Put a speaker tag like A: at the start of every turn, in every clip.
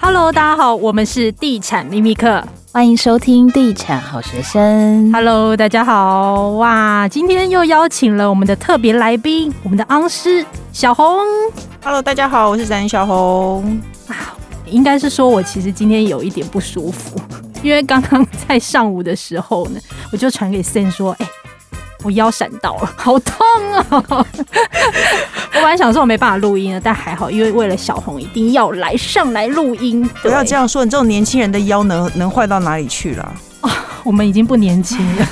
A: Hello，大家好，我们是地产秘密课。
B: 欢迎收听《地产好学生》。
A: Hello，大家好，哇，今天又邀请了我们的特别来宾，我们的昂师小红。
C: Hello，大家好，我是展小红。
A: 应该是说我其实今天有一点不舒服，因为刚刚在上午的时候呢， 我就传给 Sen 说，哎、我腰闪到了，好痛哦！我本来 想说我没办法录音了，但还好，因为为了小红一定要来上来录音。
C: 不要这
A: 样，
C: 样说，你这种年轻人的腰能能坏到哪里去了？
A: 我们已经不年轻了。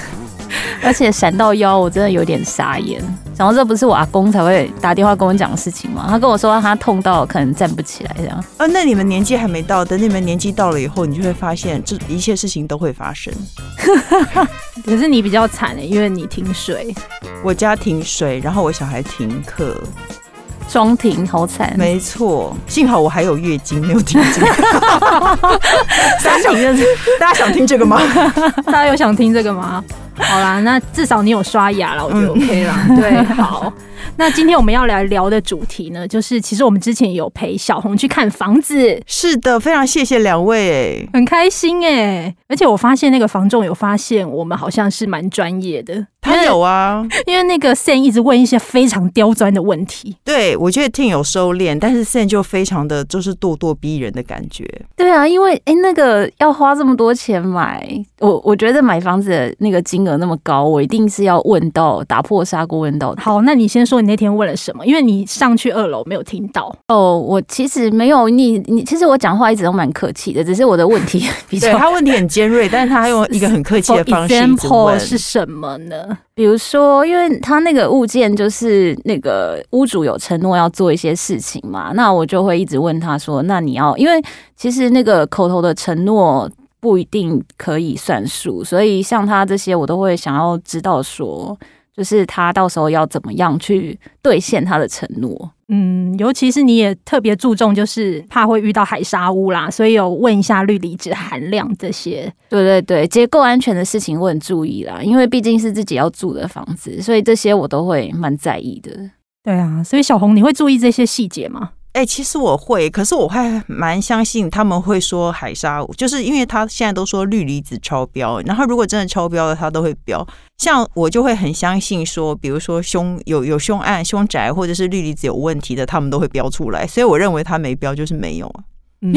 B: 而且闪到腰，我真的有点傻眼。然后这不是我阿公才会打电话跟我讲的事情吗？他跟我说他痛到可能站不起来这样。
C: 啊，那你们年纪还没到，等你们年纪到了以后，你就会发现这一切事情都会发生。
A: 可是你比较惨的，因为你停水。
C: 我家停水，然后我小孩停课，
B: 双停好惨，
C: 没错，幸好我还有月经没有停 经。大家想大家想听这个吗？
A: 大家有想听这个吗？好啦，那至少你有刷牙了，我
C: 嗯
A: 觉得 OK 啦。对，好。那今天我们要来聊的主题呢，就是其实我们之前有陪小红去看房子，
C: 是的，非常谢谢两位。
A: 很开心哎、而且我发现那个房仲有发现我们好像是蛮专业的，
C: 他有 啊，
A: 因为那个 Sen 一直问一些非常刁钻的问题。
C: 对我觉得挺有收敛，但是现在就非常的就是咄咄逼人的感觉。
B: 对啊，因为哎、诶那个要花这么多钱买，我我觉得买房子的那个金额那么高，我一定是要问到打破砂锅问到底。
A: 好，那你先说你那天问了什么？因为你上去二楼没有听到。
B: 哦，我其实没有你，你其实我讲话一直都蛮客气的，只是我的问题 比
C: 对
B: 较
C: 他问题很尖锐，但是他用一个很客气的
A: For
C: 方式一直
A: example
C: 问。
A: 是什么呢？
B: 比如说，因为他那个物件就是那个屋主有承诺要做一些事情嘛，那我就会一直问他说：“那你要？”因为其实那个口头的承诺不一定可以算数，所以像他这些，我都会想要知道说，就是他到时候要怎么样去兑现他的承诺。
A: 嗯，尤其是你也特别注重，就是怕会遇到海沙屋啦，所以有问一下氯离子含量这些。
B: 对对对，结构安全的事情我很注意啦，因为毕竟是自己要住的房子，所以这些我都会蛮在意的。
A: 对啊，所以小红，你会注意这些细节吗？
C: 哎、其实我会，可是我还蛮相信他们会说海沙，就是因为他现在都说氯离子超标，然后如果真的超标了，他都会标。像我就会很相信说，比如说凶有有凶案、凶宅或者是氯离子有问题的，他们都会标出来。所以我认为他没标就是没有啊，
A: 嗯，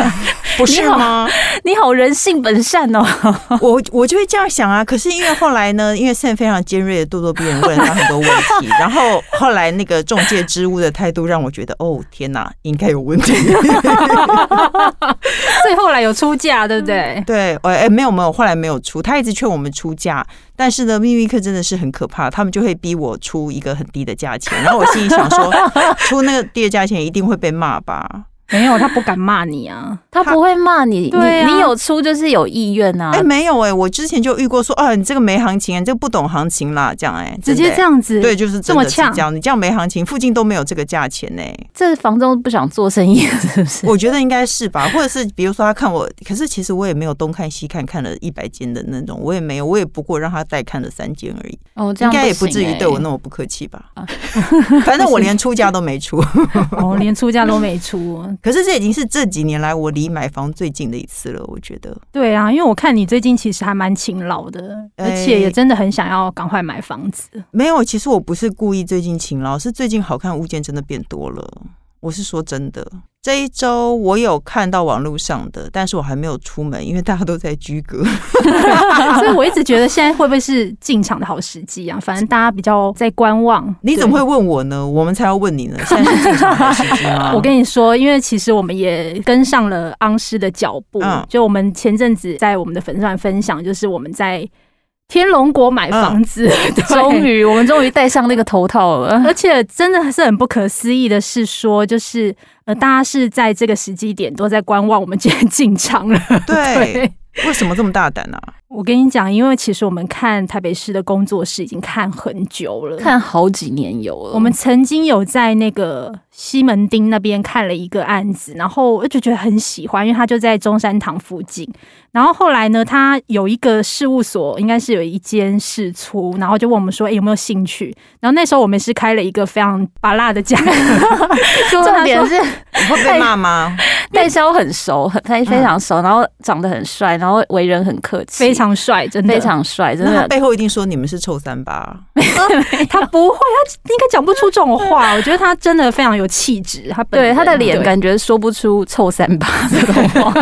C: 不是吗？
B: 你好，人性本善 哦。
C: 我我就会这样想啊。可是因为后来呢，因为 Sam 非常尖锐的咄咄逼人，问了他很多问题，然后后来那个中介之屋的态度让我觉得，哦天哪，应该有 问题。
A: 所以后来有出价，对不对？
C: 对，呃，哎，没有没有，后来没有出，他一直劝我们出价，但是呢，秘密课真的是很可怕，他们就会逼我出一个很低的价钱，然后我心里想 说，出那个低的价钱一定会被骂吧？
A: 没有，他不敢骂你 啊。
B: 他不会骂你，
A: 对啊
B: 你你有出就是有意愿啊。
C: 哎、没有哎、我之前就遇过说，啊，你这个没行情，你这个不懂行情啦，这样哎、
A: 直
C: 真的
A: 接
C: 哎
A: 这样子，
C: 对，就是
A: 这
C: 真
A: 么
C: 的是
A: 呛
C: 这样，你这样没行情，附近都没有这个价钱哎呢、
B: 这房东不想做生意了，是不是？
C: 我觉得应该是吧，或者是比如说他看我，可是其实我也没有东看西看，看了一百间的那种，我也没有，我也不过让他带看了三间而已，
B: 哦，这
C: 应
B: 样
C: 该也
B: 不啊
C: 不至于
A: 欸
C: 对我那
B: 么。
C: 么不客气吧。 反正我连出价都没 出，
A: 哦，连出价都没出。
C: 可是这已经是这几年来我离买房最近的一次了，我觉得。
A: 对啊，因为我看你最近其实还蛮勤劳的，而且
C: 哎
A: 也真的很想要赶快买房子。
C: 没有，其实我不是故意最近勤劳，是最近好看物件真的变多了。我是说真的，这一周我有看到网络上的，但是我还没有出门，因为大家都在居隔。
A: 所以我一直觉得现在会不会是进场的好时机啊？反正大家比较在观望。
C: 你怎么会问我呢？我们才要问你呢。现在是正常的时 机吗？
A: 我跟你说，因为其实我们也跟上了昂师的脚步，
C: 嗯
A: 就我们前阵子在我们的粉丝团分享，就是我们在天龙国买房子， 对
B: 终。于，我们终于戴上那个头 套了。
A: 而且真的是很不可思议的是说，就是呃，大家是在这个时机点都在观望，我们竟然进场了。
C: 对，，为什么这么大胆啊？
A: 我跟你讲，因为其实我们看台北市的工作室已经看很久了，
B: 看好几年有了，
A: 我们曾经有在那个西门町那边看了一个案子，然后我就觉得很喜欢，因为它就在中山堂附近。然后后来呢，他有一个事务所，应该是有一间试出，然后就问我们说：“哎、有没有兴趣？”然后那时候我们是开了一个非常拔辣的价格，就问他
B: 重点
A: 说。
B: 是
C: 你会被骂吗？
B: 代销很熟，很非非常熟，然后长得很帅，然后为人很客气，
A: 嗯非常帅，真的
B: 非常帅，真
C: 那他
B: 的。
C: 背后一定说你们是臭三八，
A: 他不会，他应该讲不出这种话。我觉得他真的非常有气质，他本
B: 对
A: 人
B: 他的脸，
A: 对
B: 感觉说不出“臭三八”这种 话，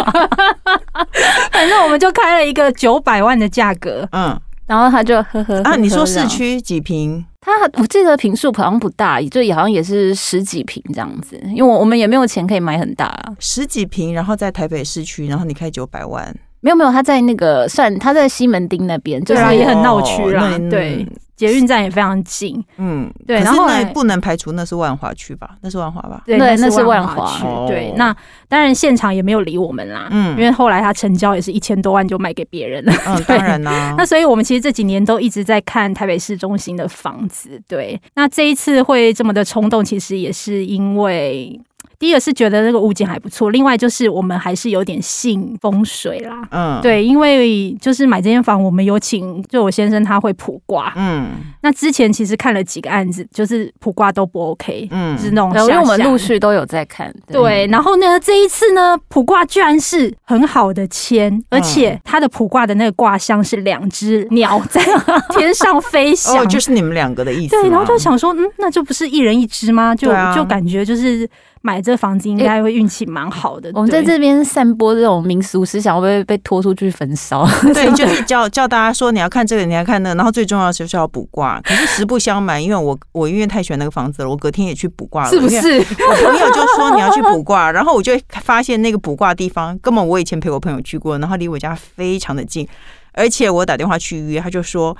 A: 反正我们就开了一个九百万的价格，
C: 嗯
B: 然后他就呵呵呵
C: 啊，
B: 呵
C: 你说
B: 这
C: 市
B: 样？
C: 区几平？
B: 他我记得平数好像不大，就也好像也是十几平这样子，因为我我们也没有钱可以买很大、啊。
C: 十几平，然后在台北市区，然后你开九百万，
B: 没有没有，他在那个算他在西门町那边，
A: 对
B: 就是
A: 啊，
C: 哦
A: 也很闹区啦
C: 那，你
A: 对，捷运站也非常近，
C: 嗯，
A: 对
C: 可是
A: 然后
C: 那
A: 来
C: 不能排除那是万华区吧？那是万华吧？
A: 对，
B: 对
A: 那
B: 那是
A: 万
B: 万华
A: 区
C: 哦
A: 对，那当然现场也没有理我们啦，
C: 嗯
A: 因为后来他成交也是一千多万就卖给别人了。
C: 嗯，当然啦、
A: 那所以，我们其实这几年都一直在看台北市中心的房子。对，那这一次会这么的冲动，其实也是因为第一个是觉得那个物件还不错，另外就是我们还是有点信风水啦。
C: 嗯，，
A: 对，因为就是买这间房，我们有请就我先生他会卜卦。
C: 嗯
A: 那之前其实看了几个案子，就是卜卦都不 OK，
C: 嗯
A: 就是那种
B: 对，因为我们
A: 下下
B: 陆续都有在看。
A: 对，然后呢，这一次呢，卜卦居然是很好的签，
C: 嗯
A: 而且它的卜卦的那个卦象是两只鸟在 天上飞翔，
C: 哦，就是你们两个的意思嘛。
A: 对，然后就想说，嗯，那就不是一人一只吗？就、
C: 对啊
A: 就感觉就是买这房子应该会运气蛮好的。
B: 我们在
A: 对
B: 这边散播这种民俗思想，会不会被拖出去焚烧？
C: 对，就是叫叫大家说你要看这个，你要看那个，然后最重要的就是要卜卦。可是实不相瞒，因为我我因为太喜欢那个房子了，我隔天也去卜卦了，
A: 是不
C: 因为
A: 是？
C: 我朋友就说你要去卜卦，然后我就发现那个卜卦的地方，根本我以前陪我朋友去过，然后离我家非常的近，而且我打电话去预约，他就说。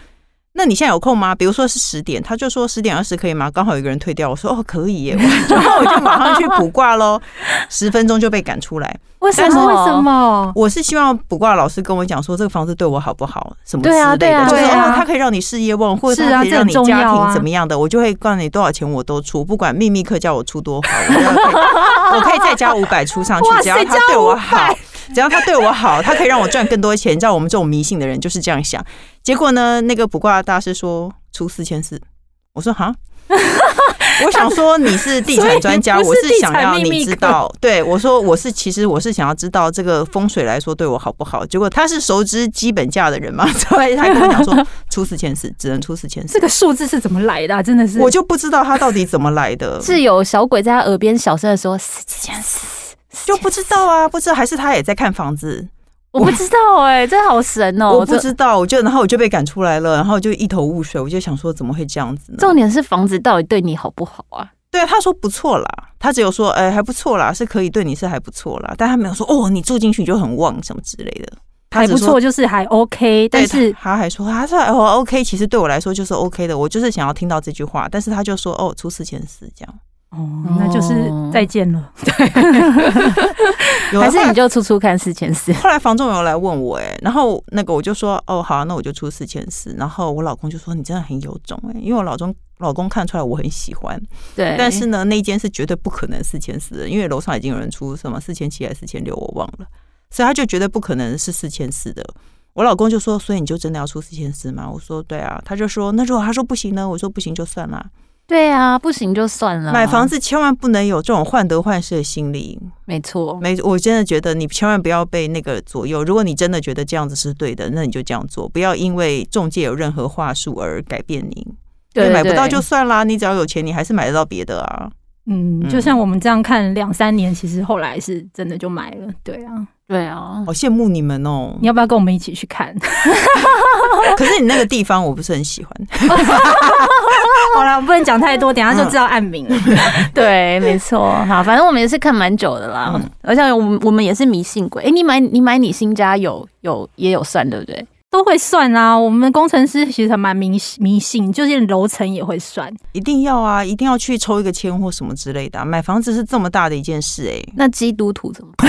C: 那你现在有空吗？比如说是十点，他就说十点二十可以吗？刚好有一个人退掉，我说哦可以耶， 我然后我就马上去卜卦喽，十分钟就被赶出来。
A: 为什
C: 但是
A: 么？为什么？
C: 我是希望卜卦老师跟我讲说这个房子对我好不好，什么之类
B: 对啊
C: 的，
B: 对啊
C: 就是
A: 对啊
C: 哦，它可以让你事业旺，或者
A: 是啊
C: 它可以
A: 这很
C: 让你
A: 重
C: 家
A: 要啊
C: 庭怎么样的，我就会告诉你多少钱我都出，不管秘密课叫我出多好，我都可以 我可以再加五百出上去
A: 哇，塞
C: 只要他对我好，只要他对我好，他可以让我赚更多钱。你知道我们这种迷信的人就是这样想。结果呢，那个卜卦大师说出四千四，我说哈。 我想说你是地产专家，
A: 所以不
C: 我
A: 是
C: 是想要
A: 地产秘密
C: 你
A: 课
C: 知道，对我说我是其实我是想要知道这个风水来说对我好不好。结果他是熟知基本价的人嘛， 所以他跟我 讲说出四千四，只能出四千四
A: 这，个数字是怎么来的啊、真的是，
C: 我就不知道他到底怎么来的，
B: 是有小鬼在他耳边小声的说：“四千四，
C: 就不知道啊，不知道还是他也在看房子，
B: 我不知道哎、这好神哦、
C: 我不
B: 这
C: 知道，我就然后我就被赶出来了，然后就一头雾水，我就想说怎么会这样子呢？
B: 重点是房子到底对你好不好啊？
C: 对，他说不错啦，他只有说，哎、还不错啦，是可以对你是还不错啦，但他没有说，哦，你住进去就很旺什么之类的，他
A: 还
C: 只
A: 不
C: 说
A: 错，。就是还 OK，
C: 对
A: 但是
C: 他他还说，他说哦 OK，其实对我来说就是 OK 的，我就是想要听到这句话，但是他就说哦出四千四这样，
A: 哦，那就是
B: 哦
A: 再见了。
C: 有啊
B: 还是
C: 后来
B: 你就出出看四千四？
C: 后来房仲有来问我、哎，然后那个我就说，哦，好啊、那我就出四千四。然后我老公就说，你真的很有种、哎，因为我老公老公看出来我很喜欢，
B: 对，
C: 但是呢，那一间是绝对不可能四千四的，因为楼上已经有人出什么四千七还是四千六，我忘了，所以他就绝对不可能是四千四的。我老公就说，所以你就真的要出四千四吗？我说对啊，他就说，那如果他说不行呢？我说不行就算啦。
B: 对啊，不行就算了，
C: 买房子千万不能有这种患得患失的心理，
B: 没错。
C: 没，我真的觉得你千万不要被那个左右。如果你真的觉得这样子是对的，那你就这样做，不要因为中介有任何话术而改变你。
B: 对，
C: 买不到
B: 对
C: 就算啦，你只要有钱，你还是买得到别的啊。
A: 嗯，
C: 嗯
A: 就像我们这样看两三年，其实后来是真的就买了。对啊，
B: 对啊。
C: 好羡慕你们哦
A: 你！要不要跟我们一起去看？
C: 可是你那个地方我不是很喜欢。
A: 好啦，我不能讲太多，等
B: 嗯
A: 一下就知道案名 了。
B: 对，没错。好，反正我们也是看蛮久的啦，
C: 嗯
B: 而且我们我们也是迷信鬼。哎、你买你买你新家有有也有算对不对？
A: 都会算啊，我们工程师其实还蛮迷迷信，就是楼层也会算。
C: 一定要啊，一定要去抽一个签或什么之类的啊、买房子是这么大的一件事哎、
B: 那基督徒怎么办？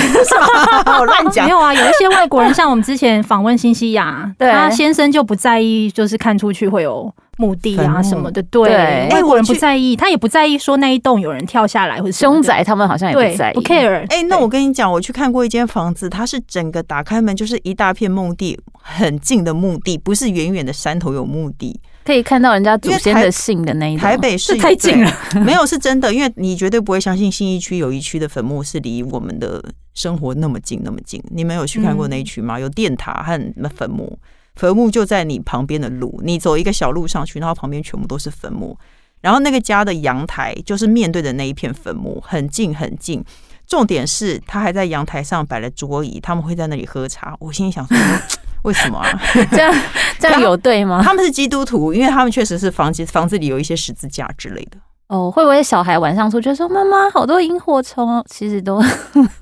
C: 我乱
A: 没。有啊，有一些外国人，像我们之前访问新西亚，
B: 对
A: 他先生就不在意，就是看出去会有墓地啊
C: 坟墓
A: 什么的，对，外
B: 对
A: 国人
C: 哎我
A: 不
C: 去
A: 在意，他也不在意说那一栋有人跳下来或者什么
B: 凶
A: 的
B: 宅他们好像也
A: 对
B: 不在意，
A: 不 care，
C: 哎、那
A: 对
C: 我跟你讲，我去看过一间房子，它是整个打开门就是一大片墓地，很近的墓地，不是远远的山头有墓地。
B: 可以看到人家祖
C: 因为
B: 先
C: 台
B: 的姓的那一种。
C: 台北市
A: 这太近了，
C: 对没有是真的，因为你绝对不会相信信义区有一区的坟墓是离我们的生活那么近那么近。你们有去看
A: 嗯
C: 过那一区吗？有电塔和坟墓，坟墓就在你旁边的路，你走一个小路上去，然后旁边全部都是坟墓。然后那个家的阳台就是面对的那一片坟墓，很近很近。重点是他还在阳台上摆了桌椅，他们会在那里喝茶。我心里想说， 为什么啊？
B: 这 样这样有对吗？
C: 他们是基督徒，因为他们确实是房子房子里有一些十字架之类的。
B: 哦，会不会小孩晚上出去说妈妈好多萤火虫哦？其实都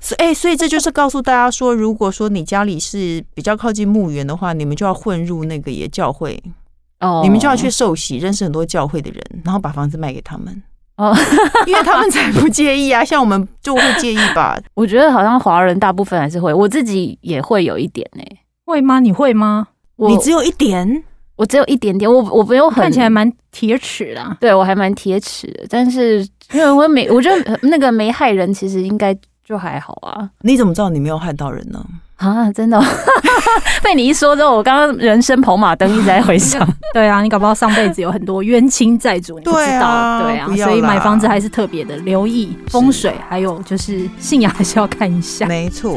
C: 所哎、所以这就是告诉大家说，如果说你家里是比较靠近墓园的话，你们就要混入那个也教会，
B: 哦，
C: 你们就要去受洗，认识很多教会的人，然后把房子卖给他们，
B: 哦。
C: 因为他们才不介意啊。像我们就会介意吧，
B: 我觉得好像华人大部分还是会，我自己也会有一点呢、欸
A: 会吗？你会吗？
B: 我
C: 你只有一点，
B: 我只有一点点，我我没有很
A: 看起来蛮铁齿的啊、
B: 对我还蛮铁齿的，但是因为我没，我觉得那个没害人，其实应该就还好啊
C: 你怎么知道你没有害到人呢？
B: 啊，真的哦、 被你一说之后，我刚刚人生跑马灯一直在回想，
A: 对啊，你搞不好上辈子有很多冤亲债主，你不知
C: 对
A: 道，
C: 啊
A: 对啊，
C: 不要
A: 所以买
C: 啦
A: 房子还是特别的留意风水，还有就是信仰还是要看一下。
C: 没错，